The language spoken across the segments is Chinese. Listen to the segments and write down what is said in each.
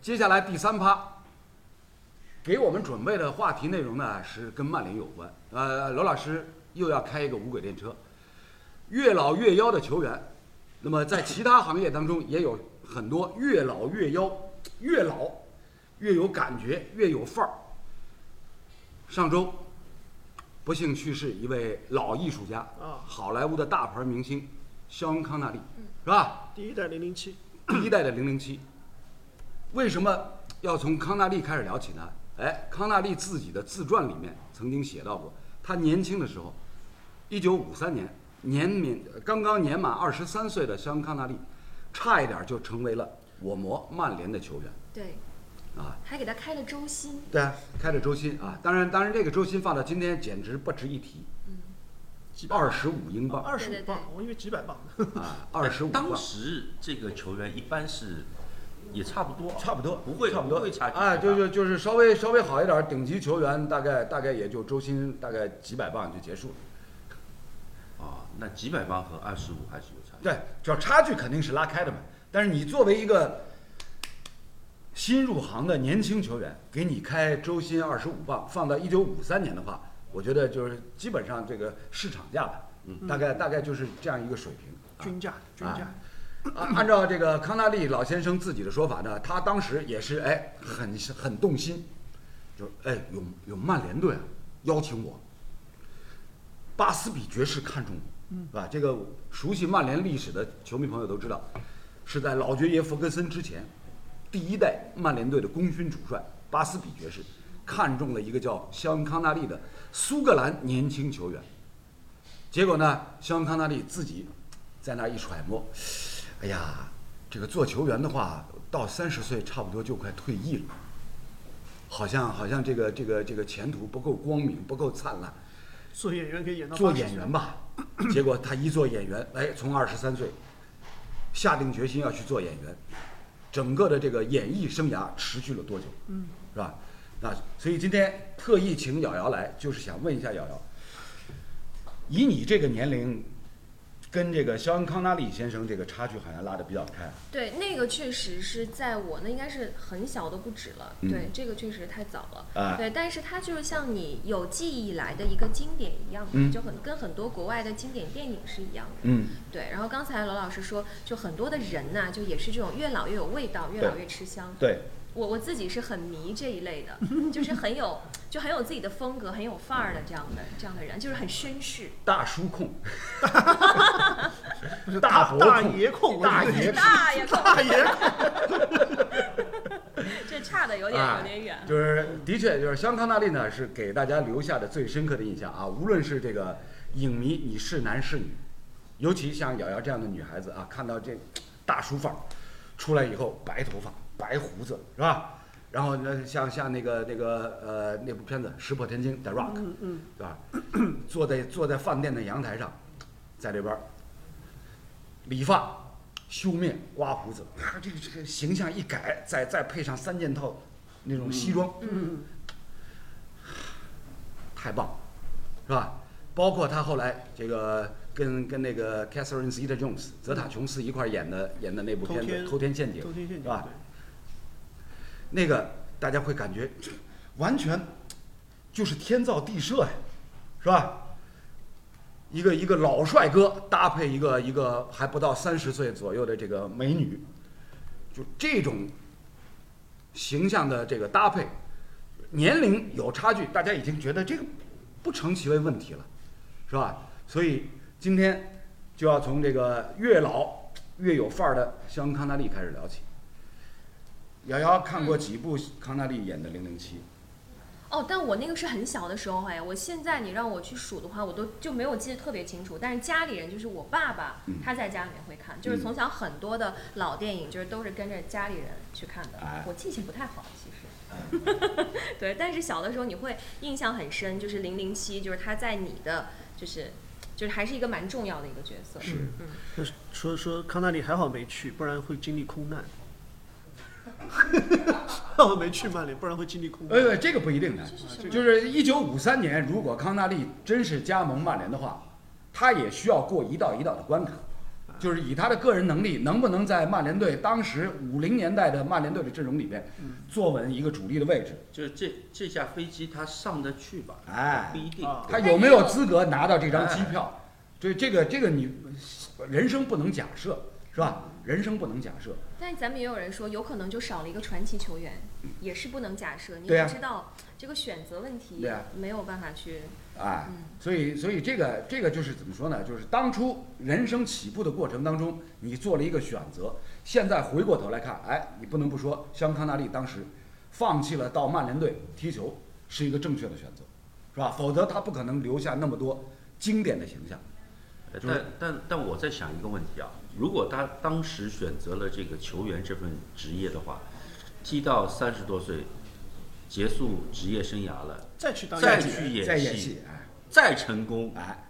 接下来第三趴，给我们准备的话题内容呢是跟曼联有关。呃，罗老师又要开一个无轨电车，越老越妖的球员，那么在其他行业当中也有很多越老越妖，越老越有感觉，越有范儿。上周不幸去世一位老艺术家，啊好莱坞的大牌明星肖恩康纳利，是吧？第一代零零七，第一代的零零七，为什么要从康纳利开始聊起呢？哎，康纳利自己的自传里面曾经写到过，他年轻的时候，一九五三年年满刚刚年满二十三岁的肖恩康纳利，差一点就成为了我国曼联的球员对，啊。还给他开了周薪。对啊，开着周薪啊，当然当然这个周薪放到今天简直不值一提，几百二十五英镑二十对五对磅对，我以为几百磅呢。啊，二十五磅哎当时这个球员一般是也差不多，差不多不会差不多不会差距啊，太大就是就是稍微稍微好一点儿，顶级球员大概大概也就周薪大概几百磅就结束了。啊，那几百磅和二十五还是有差距。对，就差距肯定是拉开的嘛。但是你作为一个新入行的年轻球员，给你开周薪二十五磅，放到一九五三年的话，我觉得就是基本上这个市场价吧，嗯，大概大概就是这样一个水平。啊均价，均价，啊，按照这个康纳利老先生自己的说法呢，他当时也是哎很很动心，就是哎有有曼联队啊邀请我，巴斯比爵士看中我，是吧？这个熟悉曼联历史的球迷朋友都知道，是在老爵爷弗格森之前，第一代曼联队的功勋主帅巴斯比爵士看中了一个叫肖恩康纳利的苏格兰年轻球员。结果呢，肖恩康纳利自己在那儿一揣摩，哎呀，这个做球员的话，到三十岁差不多就快退役了，好像好像这个这个这个前途不够光明，不够灿烂，做演员可以演到做80演员岁，吧。结果他一做演员，哎，从二十三岁下定决心要去做演员，整个的这个演艺生涯持续了多久？嗯，是吧？那所以今天特意请瑶瑶来，就是想问一下瑶瑶，以你这个年龄，跟这个肖恩康纳利先生这个差距好像拉得比较开。对，那个确实是在我那应该是很小都不止了。嗯对，这个确实太早了。啊对，但是它就是像你有记忆以来的一个经典一样嘛，嗯就很跟很多国外的经典电影是一样的。嗯，对，然后刚才罗老师说，就很多的人呐、就也是这种越老越有味道，越老对越吃香。对，我我自己是很迷这一类的，就是很有就很有自己的风格，很有范儿的这样的这样的人，就是很绅士。大叔 控，不是大大伯大控爷控，大我觉得爷大爷，大爷 控，这差的有点啊有点远。就是的确就是香康纳利呢，是给大家留下的最深刻的印象啊。无论是这个影迷，你是男是女，尤其像瑶瑶这样的女孩子啊，看到这大叔范儿出来以后，白头发、白胡子是吧？然后呢，像像那个那个呃那部片子《石破天惊》The Rock，嗯嗯，对吧？坐在坐在饭店的阳台上，在这边儿理发、修面、刮胡子，啊，这个这个形象一改，再再配上三件套那种西装，嗯，太棒了，是吧？包括他后来这个跟跟那个 Catherine Zeta-Jones 泽塔琼斯一块儿演的演的那部片子《偷天偷天陷阱》，偷天陷是阱吧？对。那个大家会感觉这完全就是天造地设呀，是吧？一个一个老帅哥搭配一个一个还不到三十岁左右的这个美女，就这种形象的这个搭配，年龄有差距，大家已经觉得这个不成其为问题了，是吧？所以今天就要从这个越老越有范儿的肖恩康纳利开始聊起。瑶瑶看过几部康纳利演的《零零七》？哦，但我那个是很小的时候哎，我现在你让我去数的话，我都就没有记得特别清楚。但是家里人就是我爸爸，嗯他在家里面会看，就是从小很多的老电影，就是都是跟着家里人去看的。哎我记性不太好，其实。 对，但是小的时候你会印象很深，就是零零七，就是他在你的就是就是还是一个蛮重要的一个角色。是，嗯，就是说说康纳利还好没去，不然会经历 空难。 还好没去曼联，不然会经历空难。呃，这个不一定的，就是一九五三年，如果康纳利真是加盟曼联的话，他也需要过一道一道的关卡。啊就是以他的个人能力，能不能在曼联队当时五零年代的曼联队的阵容里边坐稳一个主力的位置？就是这这架飞机它上得去吧？哎不一定。啊他有没有资格拿到这张机票？这这个这个你人生不能假设是吧？人生不能假设，但咱们也有人说，有可能就少了一个传奇球员，也是不能假设，你嗯对也啊不知道这个选择问题对啊，没有办法去。哎嗯，所以所以这个这个就是怎么说呢？就是当初人生起步的过程当中，你做了一个选择，现在回过头来看，哎，你不能不说香康纳利当时放弃了到曼联队踢球是一个正确的选择，是吧？否则他不可能留下那么多经典的形象。呃就是但但但我在想一个问题啊，如果他当时选择了这个球员这份职业的话，踢到三十多岁，结束职业生涯了，再去当再演员去演再演戏，嗯戏，哎再成功，哎，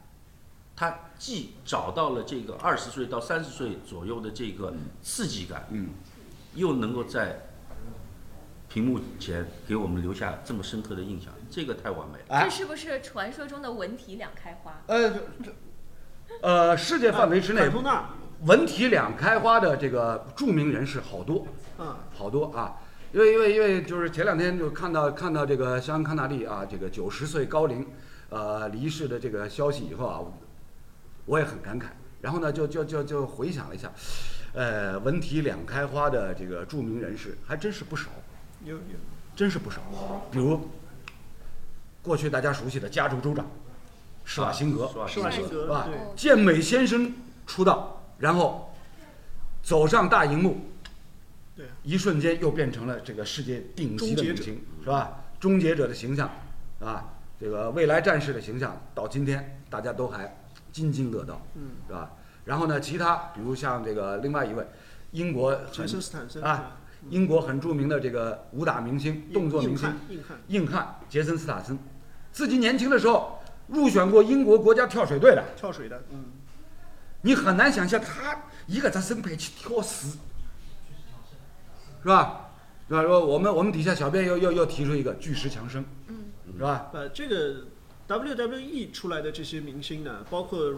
他既找到了这个二十岁到三十岁左右的这个刺激感，嗯，又能够在屏幕前给我们留下这么深刻的印象，这个太完美了。哎这，是不是传说中的文体两开花？呃，这这呃，世界范围之内卡，图那儿，文体两开花的这个著名人士好多嗯，好多啊。因为因为因为就是前两天就看到看到这个香港康纳利啊，这个九十岁高龄，呃离世的这个消息以后啊，我也很感慨。然后呢，就就就就回想了一下，呃，文体两开花的这个著名人士还真是不少，有有，真是不少。比如过去大家熟悉的加州州长施瓦辛格，啊施瓦施瓦辛格啊是吧对？健美先生出道，然后走上大荧幕，对啊，一瞬间又变成了这个世界顶级的终结明者星，是吧？终结者的形象，啊，这个未来战士的形象，到今天大家都还津津乐道，嗯，是吧？然后呢，其他比如像这个另外一位，英国杰很森斯坦森啊，英国很著名的这个武打明星、硬动作明星硬汉硬汉硬汉杰森斯坦森，自己年轻的时候入选过英国国家跳水队的。跳水的，嗯，你很难想象他一个在身边去挑食，是吧？是吧？说我们我们底下小编又又又提出一个巨石强森，嗯，是吧？呃，这个 WWE 出来的这些明星呢，包括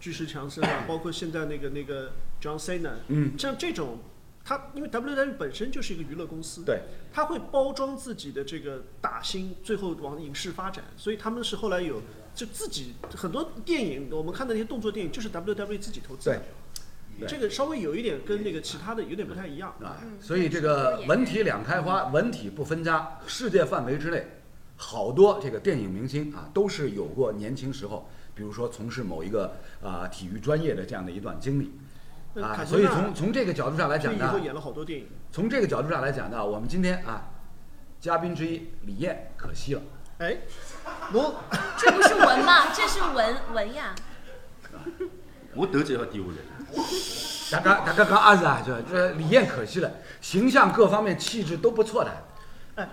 巨石强森啊，包括现在那个那个 John Cena，嗯，像这种，他因为 WWE 本身就是一个娱乐公司，，对，他会包装自己的这个打星，最后往影视发展，所以他们是后来有就自己很多电影，我们看的那些动作电影就是 WWE 自己投资的，对这个稍微有一点跟那个其他的有点不太一样，啊嗯，所以这个文体两开花，文体不分家，世界范围之内，好多这个电影明星啊，都是有过年轻时候，比如说从事某一个啊、体育专业的这样的一段经历嗯那啊，卡所特以纳从从这个角度上来所讲以以呢，后演了好多电影，从这个角度上来讲呢，我们今天啊，嘉宾之一李艳可惜了。哎，我这不是文 吗？这是文文呀。我得罪要第五人，大家大家讲阿是啊，就这李艳可惜了，形象各方面气质都不错的。哎，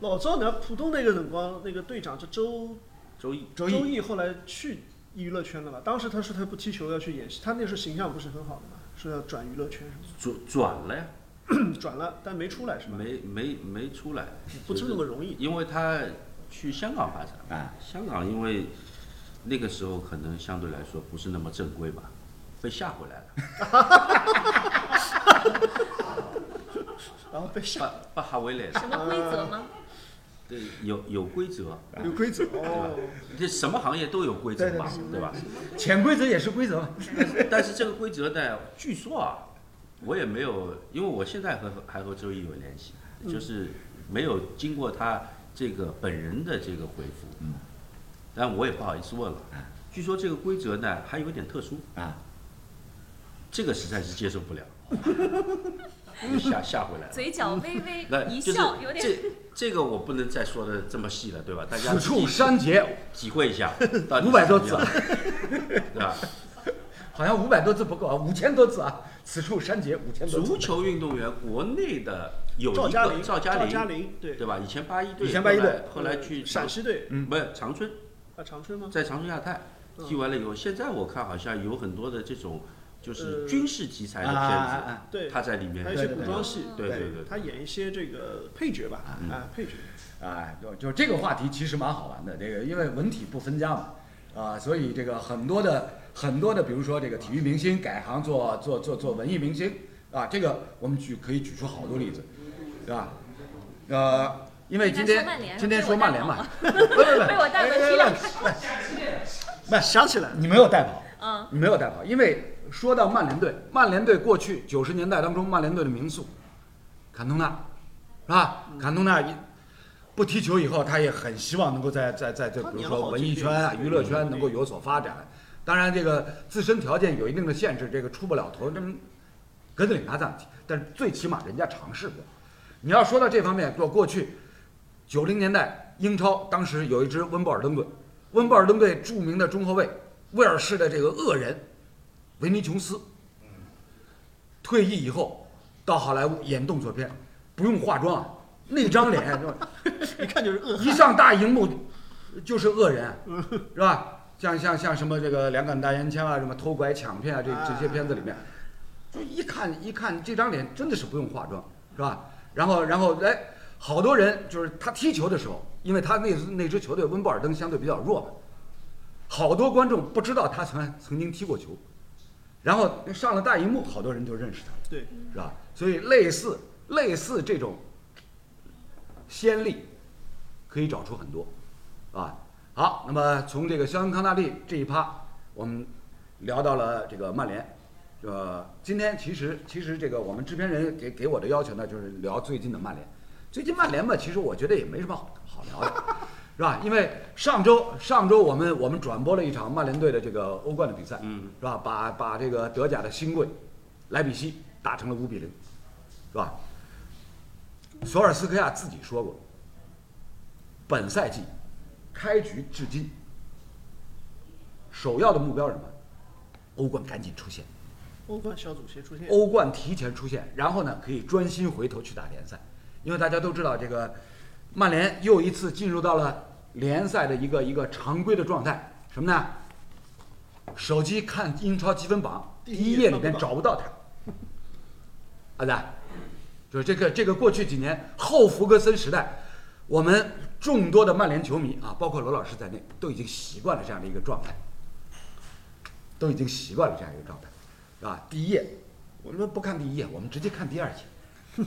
老早呢，浦东那个辰光，那个队长这周周易周周易后来去娱乐圈了嘛？当时他说他不踢球要去演戏，他那时候形象不是很好的嘛，说要转娱乐圈什么转转了呀，的，转了，但没出来是吧？没没没出来，不是那么容易。因为他去香港发展。啊，香港因为那个时候可能相对来说不是那么正规吧，被吓回来了，然后被 吓把把吓回来了。什么规则吗？对，有有规则，有规 则哦，这什么行业都有规则吧，对吧？潜规则也是规则嘛。但是这个规则呢，据说啊，我也没有，因为我现在和还和周易有联系，就是没有经过他这个本人的这个回复，嗯，但我也不好意思问了。嗯据说这个规则呢还有一点特殊，啊，这个实在是接 受不了，就吓吓回来了。嘴角微微呃那一就是笑，有点这这个我不能再说的这么细了，对吧？大家此自己处删节体会一下，到底是500多怎么样 对吧？好像五百多字不够啊，五千多字啊。此处删节五千多字。足球运动员国内的有一赵个佳玲，赵佳玲，玲，对，对吧？以前八一队，以前八一队后来后来去陕长，西队嗯不是长春，啊，长春吗？在长春亚泰嗯踢完了以后，现在我看好像有很多的这种就是呃军事题材的啊啊片啊对子，，他在里面还有一些对对古对装戏，对对嗯对他演一些这个配角吧，啊，配角。啊，就就这个话题其实蛮好玩的，这个因为文体不分家嘛，啊，所以这个很多的很多的，比如说这个体育明星改行做做做做文艺明星啊，这个我们举可以举出好多例子，对吧？呃，因为今天今天说曼联嘛，被我带回踢了。想起来了，你没有带跑，嗯，你没有带跑，因为说到曼联队，曼联队过去九十年代当中，曼联队的名宿，坎通纳，是吧？坎通纳一不踢球以后，他也很希望能够在在在这，他比如年说好文几艺遍圈啊、对娱乐圈能够有所发展。当然，这个自身条件有一定的限制，这个出不了头，这么格德里纳赞，但是最起码人家尝试过。你要说到这方面，过过去九零年代英超，当时有一支温布尔登队，温布尔登队著名的中后卫，威尔士的这个恶人维尼琼斯，退役以后到好莱坞演动作片，不用化妆啊，那张脸就一看就是恶一上大荧幕就是恶人，是吧？像像像什么这个两杆大烟枪啊，什么偷拐抢骗啊，这这些片子里面，就一看一看这张脸真的是不用化妆，是吧？然后然后哎，好多人就是他踢球的时候，因为他那那支球队温布尔登相对比较弱嘛，好多观众不知道他曾曾经踢过球，然后上了大荧幕，好多人就认识他了。对，是吧？所以类似类似这种先例，可以找出很多，啊，好，那么从这个肖恩康纳利这一趴，我们聊到了这个曼联，呃，今天其实其实这个我们制片人给给我的要求呢，就是聊最近的曼联，最近曼联嘛，其实我觉得也没什么好好聊的。是吧？因为上周上周我们我们转播了一场曼联队的这个欧冠的比赛，嗯，是吧？把把这个德甲的新贵莱比锡打成了五比零，是吧？索尔斯克亚自己说过，本赛季开局至今，首要的目标是什么？欧冠赶紧出现，欧冠小组谁出哦现？欧冠提前出现，然后呢可以专心回头去打联赛，因为大家都知道这个曼联又一次进入到了联赛的一个一个常规的状态，什么呢？手机看英超积分榜第第一一页页里边找不到他，阿仔，就是这个这个过去几年后弗格森时代，我们众多的曼联球迷啊，包括罗老师在内，都已经习惯了这样的一个状态。都已经习惯了这样一个状态，是吧？第一页，我们不看第一页，我们直接看第二页，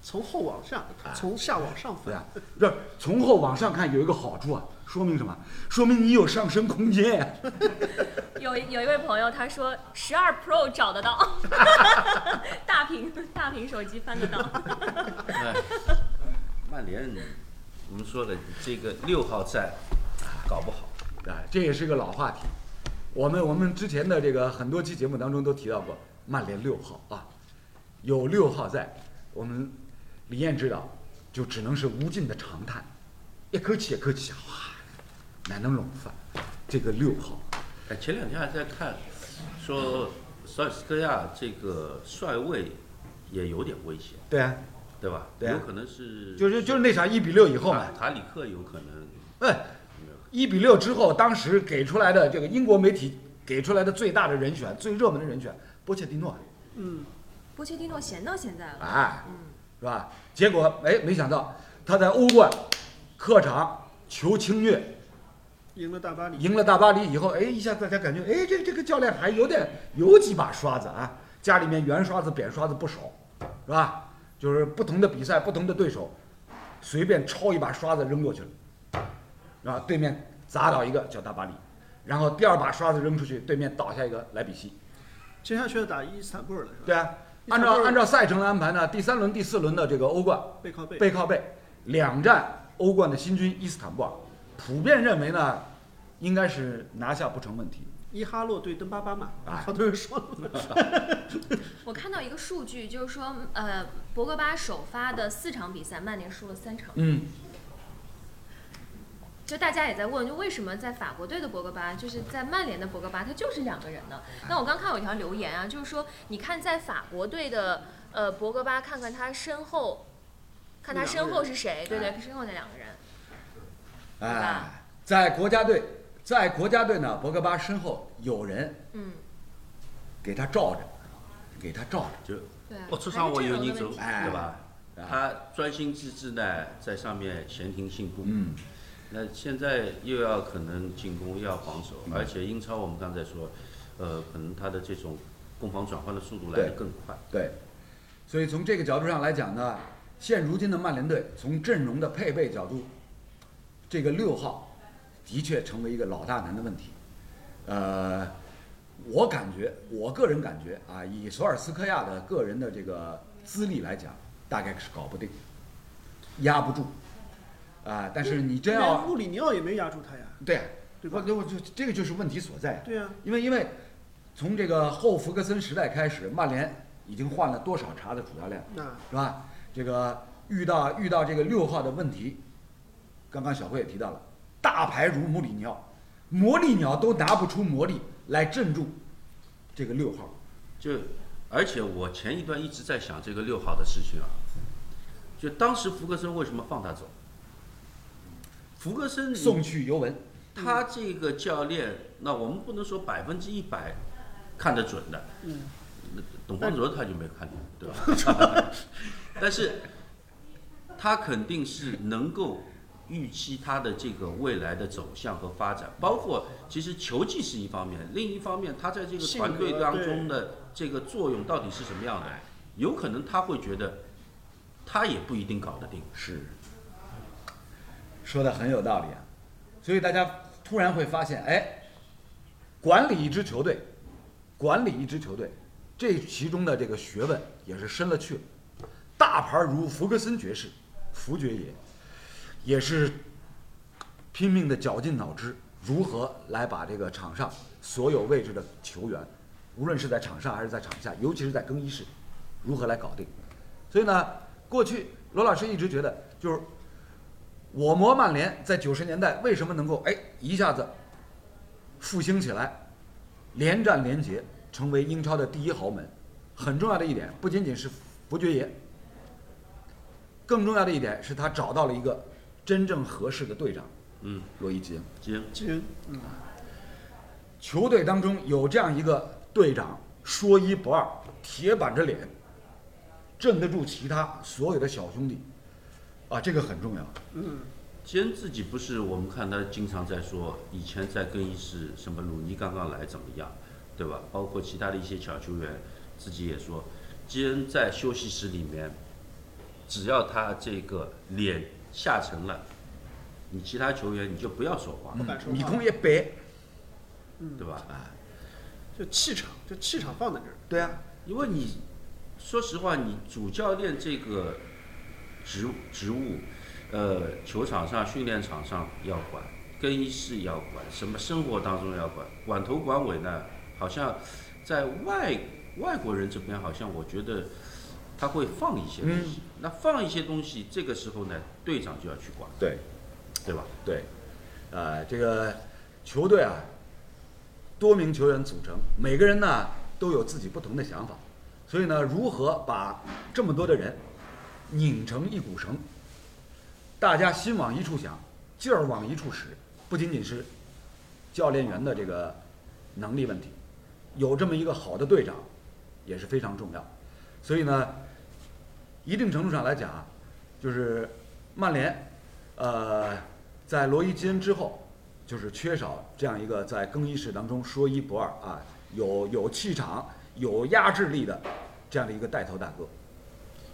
从后往下，从下往上对啊翻。吧？ 这从后往上看有一个好处啊，说明什么？说明你有上升空间呀、有有一位朋友他说十二 Pro 找得到， 大屏大屏手机翻得到。哎曼联，我们说了，这个六号战搞不好，啊，这也是个老话题。我们我们之前的这个很多期节目当中都提到过，曼联六号啊，有六号在，我们李艳指导就只能是无尽的长叹，一口气一口气，哇，哪能弄法？这个六号，哎，前两天还在看，说索尔斯克亚这个帅位也有点危险，对啊，对吧？对啊有可能是就是就是那场一比六以后嘛塔，塔里克有可能哎，一比六之后，当时给出来的这个英国媒体给出来的最大的人选、最热门的人选，波切蒂诺，嗯，波切蒂诺闲到现在了，哎，嗯，是吧？结果哎，没想到他在欧冠客场求侵略，赢了大巴黎。赢了大巴黎以后，哎，一下子大家感觉，哎，这这个教练还有点有几把刷子啊，家里面圆刷子、扁刷子不少，是吧？就是不同的比赛、不同的对手，随便抄一把刷子扔过去了，然后对面砸倒一个叫大巴黎，然后第二把刷子扔出去，对面倒下一个莱比锡。接下去要打伊斯坦布尔了，是吧？对啊，按照按照赛程的安排呢，第三轮、第四轮的这个欧冠啊背靠背。背靠背两战欧冠的新军伊斯坦布尔，普遍认为呢，应该是拿下不成问题。伊哈洛对登巴巴嘛，哎好多人说了。我看到一个数据，就是说，呃，博格巴首发的四场比赛，曼联输了三场。嗯，就大家也在问，就为什么在法国队的博格巴，就是在曼联的博格巴，他就是两个人呢？那我刚看有一条留言啊，就是说，你看在法国队的呃博格巴，看看他身后，看他身后是谁？对对，身后那两个人。对哎吧，在国家队，在国家队呢，博格巴身后有人嗯，给他罩着，给他罩着。就对啊。我出哦场我有你还是这种的走，问题哎对吧？他专心致志呢，在上面闲庭信步，嗯，那现在又要可能进攻，又要防守，嗯而且英超我们刚才说，呃，可能他的这种攻防转换的速度来得对更快。对，所以从这个角度上来讲呢，现如今的曼联队从阵容的配备角度，这个六号的确成为一个老大难的问题。呃，我感觉，我个人感觉啊，以索尔斯克亚的个人的这个资历来讲，大概是搞不定，压不住。啊、但是你真连要穆里尼奥也没压住他呀，对，啊对我吧我就这个就是问题所在。对呀、啊因为因为从这个后弗格森时代开始，曼联已经换了多少茬的主教练，那是吧？这个遇到遇到这个六号的问题，刚刚小辉也提到了，大牌如穆里尼奥，魔力鸟都拿不出魔力来镇住这个六号。就而且我前一段一直在想这个六号的事情啊，就当时福格森为什么放他走？福格森送去尤文，他这个教练，那我们不能说百分之一百看得准的。嗯。董方卓他就没看准，对吧？但是他肯定是能够预期他的这个未来的走向和发展，包括其实球技是一方面，另一方面他在这个性团队格当对中的这个作用到底是什么样的？有可能他会觉得他也不一定搞得定。是，说的很有道理啊。所以大家突然会发现，哎，管理一支球队，管理一支球队，这其中的这个学问也是深了去了。大牌如弗格森爵士，福爵爷，也是拼命的绞尽脑汁，如何来把这个场上所有位置的球员，无论是在场上还是在场下，尤其是在更衣室，如何来搞定。所以呢，过去罗老师一直觉得，就是我国曼联在九十年代为什么能够哎一下子复兴起来，连战连捷，成为英超的第一豪门，很重要的一点不仅仅是伯爵爷，更重要的一点是他找到了一个真正合适的队长嗯，罗伊吉恩。行，金嗯球队当中有这样一个队长，说一不二，铁板着脸，镇得住其他所有的小兄弟，啊，这个很重要。嗯，吉恩自己不是我们看他经常在说，以前在更衣室什么鲁尼刚刚来怎么样，对吧？包括其他的一些小球员，自己也说，吉恩在休息室里面，只要他这个脸下沉了，你其他球员你就不要说话，嗯不敢说话你空也白，对吧？就气场，就气场放在这儿。对啊，因为你说实话，你主教练这个职职务，呃，球场上、训练场上要管，更衣室要管，什么生活当中要管，管头管尾呢，好像在外外国人这边，好像我觉得他会放一些东西。那放一些东西，这个时候呢，队长就要去管，对对吧？对，呃，这个球队啊，多名球员组成，每个人呢都有自己不同的想法，所以呢，如何把这么多的人拧成一股绳，大家心往一处想，劲儿往一处使，不仅仅是教练员的这个能力问题，有这么一个好的队长也是非常重要。所以呢，一定程度上来讲啊，就是曼联，呃，在罗伊基恩之后，就是缺少这样一个在更衣室当中说一不二啊，有有气场、有压制力的这样的一个带头大哥。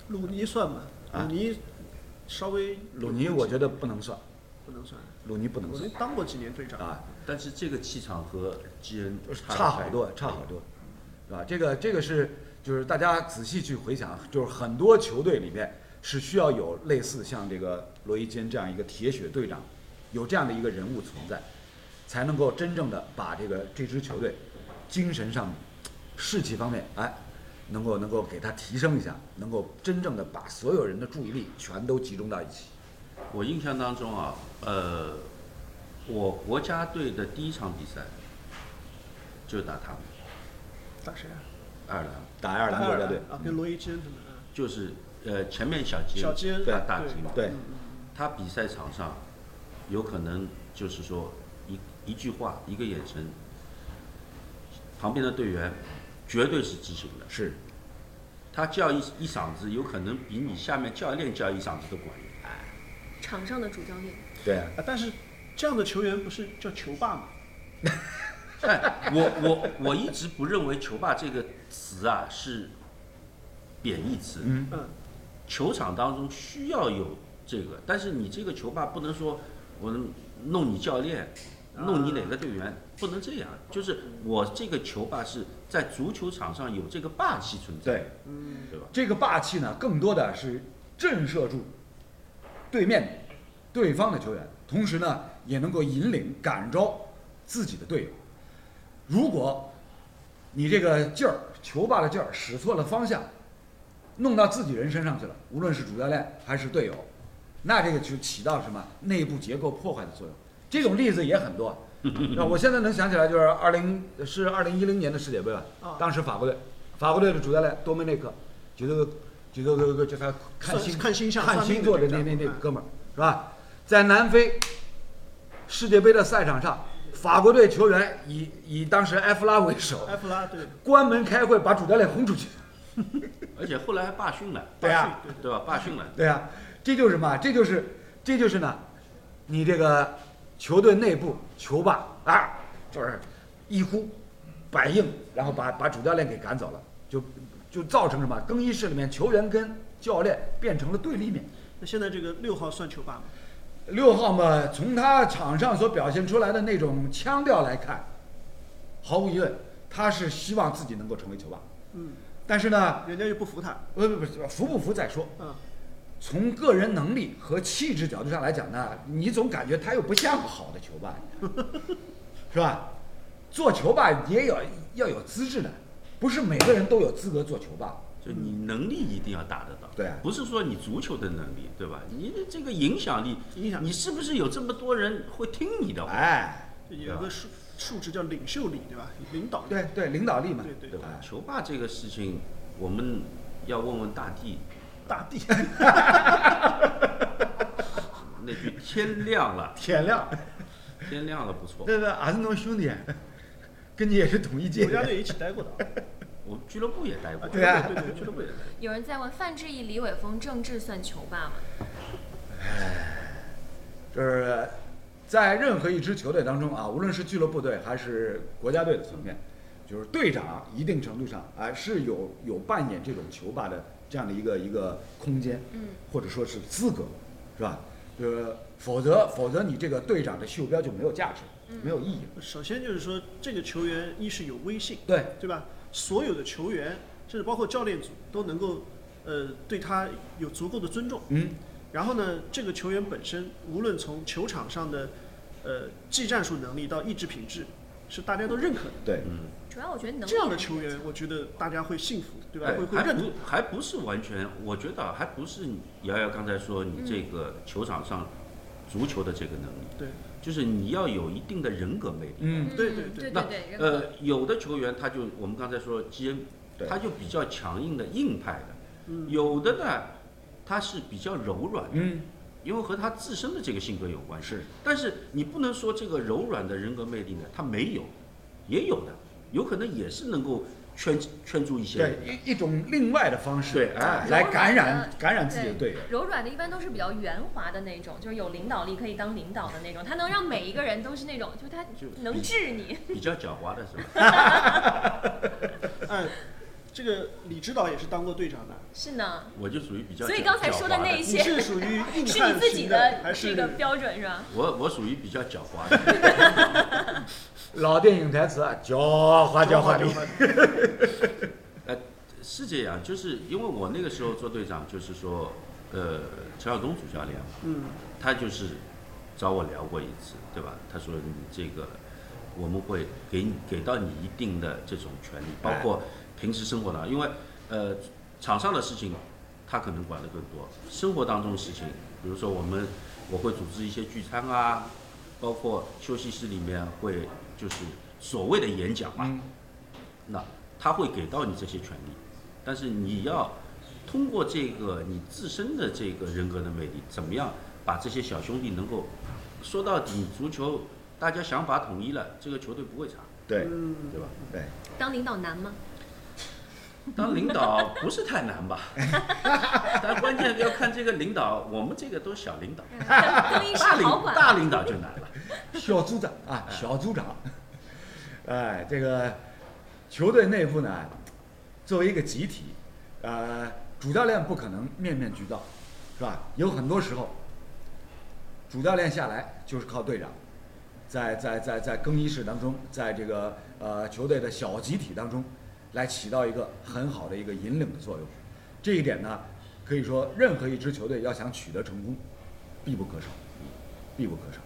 鲁尼算吗？啊鲁尼稍微鲁尼我觉得不能算，不能算，鲁尼不能鲁算尼当过几年队长，啊，但是这个气场和基恩差好多，差好多，是吧？这个这个是就是大家仔细去回想，就是很多球队里面是需要有类似像这个罗伊金这样一个铁血队长，有这样的一个人物存在，才能够真正的把这个这支球队精神上、士气方面，哎，能够能够给他提升一下，能够真正的把所有人的注意力全都集中到一起。我印象当中啊，呃，我国家队的第一场比赛就打他们，打谁啊？爱尔兰，打爱尔兰国家队，嗯啊，跟罗伊基恩他们啊，就是呃前面小吉小基恩打大对吉嘛，对嗯，他比赛场上有可能就是说一一句话一个眼神，旁边的队员绝对是知情的，是他叫一一嗓子，有可能比你下面教练叫一嗓子都管用。场上的主教练，对啊，啊，但是这样的球员不是叫球霸吗？哎，我我我一直不认为“球霸”这个词啊是贬义词。嗯嗯，球场当中需要有这个，但是你这个球霸不能说我弄你教啊练，弄你哪个队员，不能这样。就是我这个球霸是在足球场上有这个霸气存在，对，嗯，对吧？这个霸气呢，更多的是震慑住对面对方的球员，同时呢，也能够引领感召自己的队友。如果你这个劲儿，球霸的劲儿使错了方向，弄到自己人身上去了，无论是主教练还是队友，那这个就起到什么内部结构破坏的作用。这种例子也很多。那我现在能想起来就是二零是二零一零年的世界杯吧啊，当时法国队，法国队的主教练多梅内克，觉得觉得个个就他看算星看星象看算星命座的的那那那种那嗯哥们儿是吧？在南非世界杯的赛场上，法国队球员以以当时埃弗拉为首，埃弗拉对，关门开会把主教练轰出去。而且后来还罢训了，对啊巴西对对吧？罢训了。对呀、这就是什么？这就是这就是呢，你这个球队内部球霸啊，就是一呼百应，然后把把主教练给赶走了，就就造成什么？更衣室里面球员跟教练变成了对立面。那现在这个六号算球霸吗？六号嘛，从他场上所表现出来的那种腔调来看，毫无疑问，他是希望自己能够成为球霸。嗯，但是呢，呃人家又不服他，不不不，服不服再说。嗯，从个人能力和气质角度上来讲呢，你总感觉他又不像好的球霸， 是吧？做球霸也有要有资质的，不是每个人都有资格做球霸。就你能力一定要达得到，对啊不是说你足球的能力，对吧？你的这个影响力，影响力你是不是有这么多人会听你的话，哎，有个数数值叫领袖啊力，对吧？领导力。对对，领导力嘛，对对对吧哎？，球霸这个事情，我们要问问大帝大 地，那句“天亮了天亮，天亮了”不错。那个阿森纳兄弟，跟你也是同一届国家的，队一起待过的啊，我们俱乐部也待过，对啊对对，俱乐部也待过。有人在问范志毅、李玮峰、郑智算球霸吗？就是在任何一支球队当中啊，无论是俱乐部队还是国家队的层面，就是队长一定程度上啊是有有扮演这种球霸的这样的一个一个空间，嗯，或者说是资格，是吧？就是否则否则你这个队长的袖标就没有价值，嗯没有意义了。首先就是说，这个球员一是有威信，对，对吧？所有的球员，甚至包括教练组，都能够呃对他有足够的尊重。嗯，然后呢，这个球员本身，无论从球场上的呃技战术能力到意志品质，是大家都认可的。对，主要我觉得能力这样的还是球员，我觉得大家会信服，对吧？哎会会还认 不同。还不是完全，我觉得啊还不是你瑶瑶刚才说你这个球场上足球的这个能力，对，就是你要有一定的人格魅力。嗯嗯，对对对对对那对，人格呃，有的球员他就我们刚才说基恩对，他就比较强硬的硬派的，嗯有的呢他是比较柔软的，嗯，因为和他自身的这个性格有关系。是，但是你不能说这个柔软的人格魅力呢，他没有，也有的，有可能也是能够圈圈住一些人对。一一种另外的方式，对哎来柔软感染的感染自己的队对友。柔软的一般都是比较圆滑的那种，就是有领导力可以当领导的那种，他能让每一个人都是那种，就他就能治你。比较狡猾的是吧？哎，这个李指导也是当过队长的，是呢，我就属于比较所以狡刚才说狡的猾那一你些是属于硬 是你汉自己型的还的这是个标准是吧？我我属于比较狡猾的， 老电影台词啊，狡猾狡猾狡的，猾的是这样，就是因为我那个时候做队长，就是说，呃，陈晓东主教练啊嘛，嗯，他就是找我聊过一次，对吧？他说你这个我们会给你给到你一定的这种权利，包括平时生活当中，因为呃场上的事情他可能管得更多，生活当中的事情，比如说我们我会组织一些聚餐啊，包括休息室里面会就是所谓的演讲嘛，嗯，那他会给到你这些权利，但是你要通过这个你自身的这个人格的魅力，怎么样把这些小兄弟能够说到底，足球大家想法统一了，这个球队不会差，对嗯，对吧？对，当领导难吗？当领导不是太难吧？但关键要看这个领导，我们这个都是小领导，更衣室 大领好管。啊大领导就难了。小组长啊，小组长， 哎，这个球队内部呢，作为一个集体，呃，主教练不可能面面俱到，是吧？有很多时候，主教练下来就是靠队长，在在在在更衣室当中，在这个呃球队的小集体当中，来起到一个很好的一个引领的作用。这一点呢，可以说任何一支球队要想取得成功，必不可少，必不可少。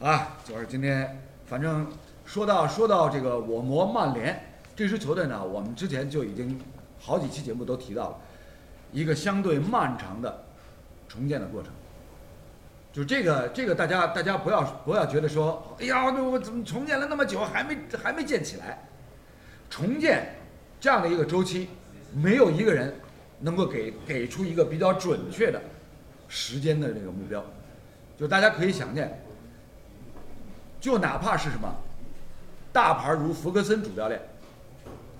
啊，就是今天，反正说到说到这个我国曼联这支球队呢，我们之前就已经好几期节目都提到了，一个相对漫长的重建的过程。就这个这个大家大家不要不要觉得说，哎呀，那我怎么重建了那么久还没还没建起来？重建这样的一个周期，没有一个人能够给给出一个比较准确的时间的这个目标。就大家可以想见，就哪怕是什么大牌如弗格森主教练，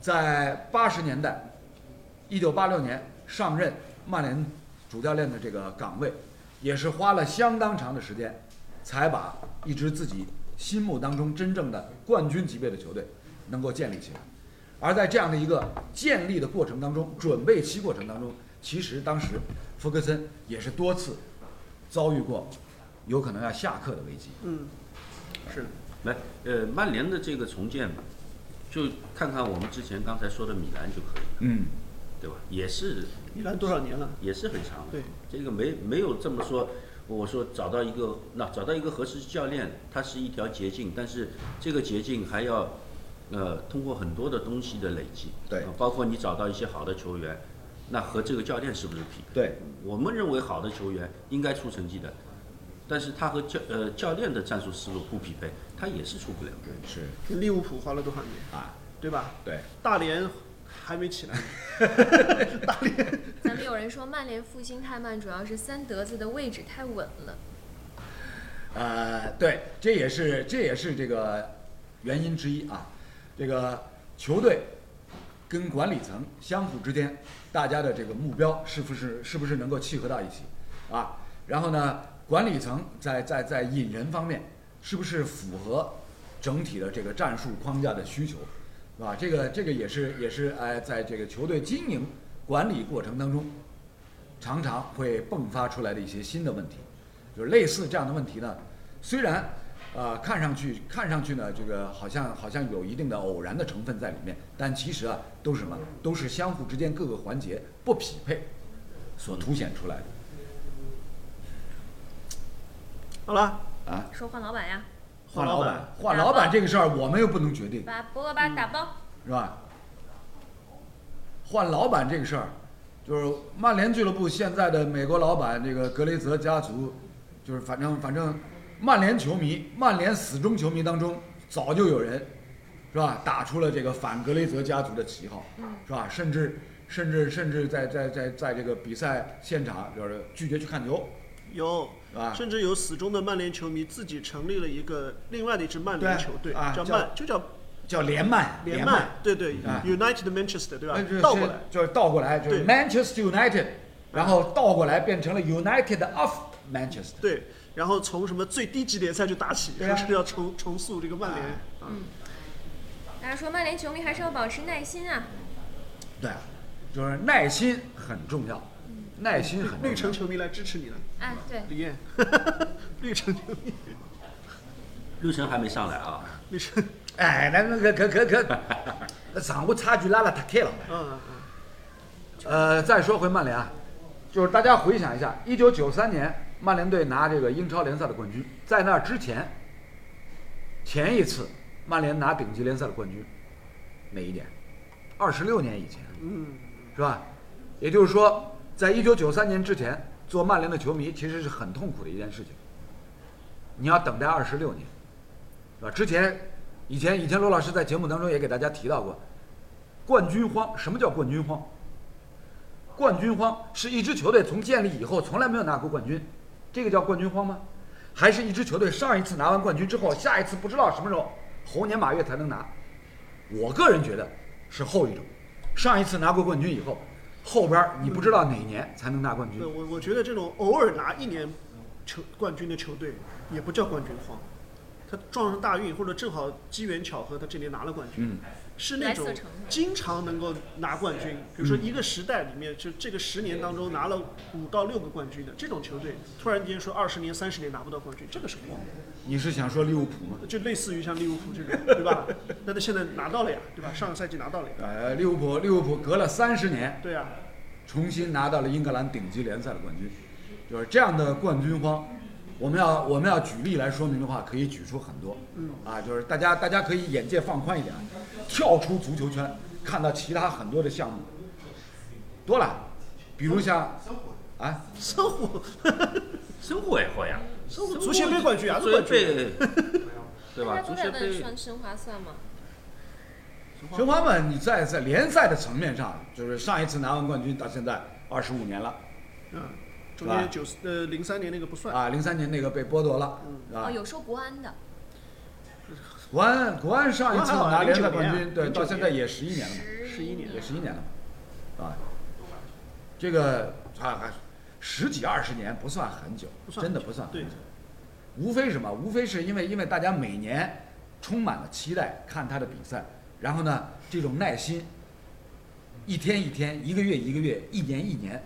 在八十年代，一九八六年上任曼联主教练的这个岗位，也是花了相当长的时间，才把一支自己心目当中真正的冠军级别的球队能够建立起来。而在这样的一个建立的过程当中，准备期过程当中，其实当时弗格森也是多次遭遇过有可能要下课的危机。嗯，是的，来，呃，曼联的这个重建嘛，就看看我们之前刚才说的米兰就可以了，嗯，对吧？也是米兰多少年了？也是很长的。对，这个没没有这么说。我说找到一个那找到一个合适教练，它是一条捷径，但是这个捷径还要呃通过很多的东西的累积，对呃包括你找到一些好的球员，那和这个教练是不是匹配？对，我们认为好的球员应该出成绩的，但是他和教呃教练的战术思路不匹配，他也是出不了。是利物浦花了多少年，啊，对吧？对，大连还没起来，咱们有人说曼联复兴太慢，主要是三德子的位置太稳了。呃，对，这也是这也是这个原因之一啊。这个球队跟管理层相互之间，大家的这个目标是不是是不是能够契合到一起啊？然后呢，管理层在在在引人方面是不是符合整体的这个战术框架的需求，是吧？这个这个也是也是哎，在这个球队经营管理过程当中，常常会迸发出来的一些新的问题，就是类似这样的问题呢，虽然，呃，看上去看上去呢，这个好像好像有一定的偶然的成分在里面，但其实啊，都是什么？都是相互之间各个环节不匹配所凸显出来的好了，啊。说换老板呀，换换老老板板，换老板这个事儿我们又不能决定，把博格巴打包。是吧？换老板这个事儿，就是曼联俱乐部现在的美国老板这个格雷泽家族，就是反正反正，曼联球迷、曼联死忠球迷当中，早就有人，是吧？打出了这个反格雷泽家族的旗号，是吧？甚至甚至甚至在在在在这个比赛现场，就是拒绝去看球，有啊甚至有死忠的曼联球迷自己成立了一个另外的一支曼对啊联球队，啊叫叫曼，就叫叫联曼，联曼曼，，对对啊，United Manchester，对吧那就是？倒过来，就是倒过来，就是对 Manchester United，然后倒过来变成了 United of Manchester。对，然后从什么最低级联赛就打起，对啊说是要重重塑这个曼联哎啊，大家说曼联球迷还是要保持耐心啊。对，就是耐心很重要，耐心很绿重要。城球迷来支持你了，哎，对，李艳， 绿城球迷，绿城还没上来啊，绿城，哎，那那个可可可，那上下差距拉了太开了。嗯嗯嗯，呃，再说回曼联啊，就是大家回想一下，一九九三年曼联队拿这个英超联赛的冠军，在那之前，前一次曼联拿顶级联赛的冠军，哪一年？二十六年以前，嗯，是吧？也就是说，在一九九三年之前，做曼联的球迷其实是很痛苦的一件事情。你要等待二十六年，是吧？之前，以前以前罗老师在节目当中也给大家提到过，冠军荒，什么叫冠军荒？冠军荒是一支球队从建立以后从来没有拿过冠军，这个叫冠军荒吗？还是一支球队上一次拿完冠军之后，下一次不知道什么时候猴年马月才能拿？我个人觉得是后一种，上一次拿过冠军以后，后边儿你不知道哪年才能拿冠军对，。我我觉得这种偶尔拿一年球冠军的球队也不叫冠军荒，他撞上大运或者正好机缘巧合，他这年拿了冠军，嗯是那种莱斯城经常能够拿冠军，比如说一个时代里面，就这个十年当中拿了五到六个冠军的这种球队，突然间说二十年、三十年拿不到冠军，这个是不好的。你是想说利物浦吗？就类似于像利物浦这种，对吧？那他现在拿到了呀，对吧？上个赛季拿到了呀，呃，利物浦，利物浦隔了三十年对呀、啊 重新拿到了英格兰顶级联赛的冠军，就是这样的冠军荒。我们要我们要举例来说明的话，可以举出很多。嗯啊，就是大家大家可以眼界放宽一点，啊跳出足球圈，看到其他很多的项目，多了，比如像啊，生活，生活也好呀，生活足协杯冠军啊足协足杯，对大吧？家都足在协问杯申申花算吗？申花嘛，你在在联赛的层面上，就是上一次拿完冠军到现在二十五年了嗯，中是吧间九四呃零三年那个不算，啊，零三年那个被剥夺了啊哦，。有说国安的，国安国安上一次拿联赛冠军，国对，安好到像09年啊现在也十一年了嘛，十11年也十一年了嘛，啊，这个还还十几二十年不算很久不，算真很的久不算很对久。无非什么？无非是因为因为大家每年充满了期待看他的比赛，然后呢，这种耐心一天一天、一个月一个月、一年一年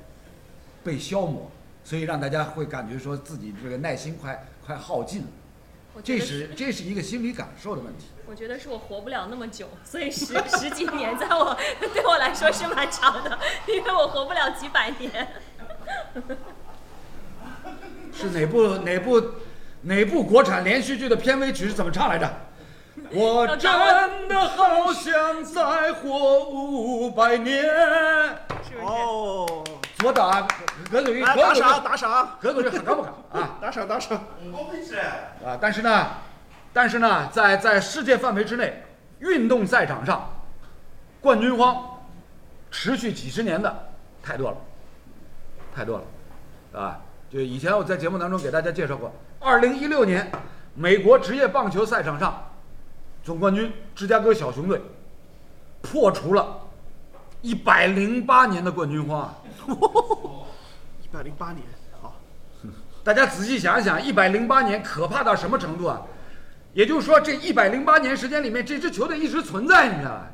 被消磨，所以让大家会感觉说自己这个耐心快快耗尽了。我觉这得是这是一个心理感受的问题。我觉得是我活不了那么久，所以十 十几年在我对我来说是蛮长的，因为我活不了几百年。是哪部哪部哪部国产连续剧的片尾曲是怎么唱 来着？我真的好想再活五百年。是不是？哦，左打啊何左一，来何哎打左赏一，打赏何左一很高不敢啊打赏打赏，啊！但是呢，但是呢，在在世界范围之内，运动赛场上，冠军荒持续几十年的太多了，太多了，啊！就以前我在节目当中给大家介绍过，二零一六年美国职业棒球赛场上，总冠军芝加哥小熊队破除了一百零八年的冠军荒啊！一百零八年，好，大家仔细想一想，一百零八年可怕到什么程度啊？也就是说，这一百零八年时间里面，这支球队一直存在，你知道吧？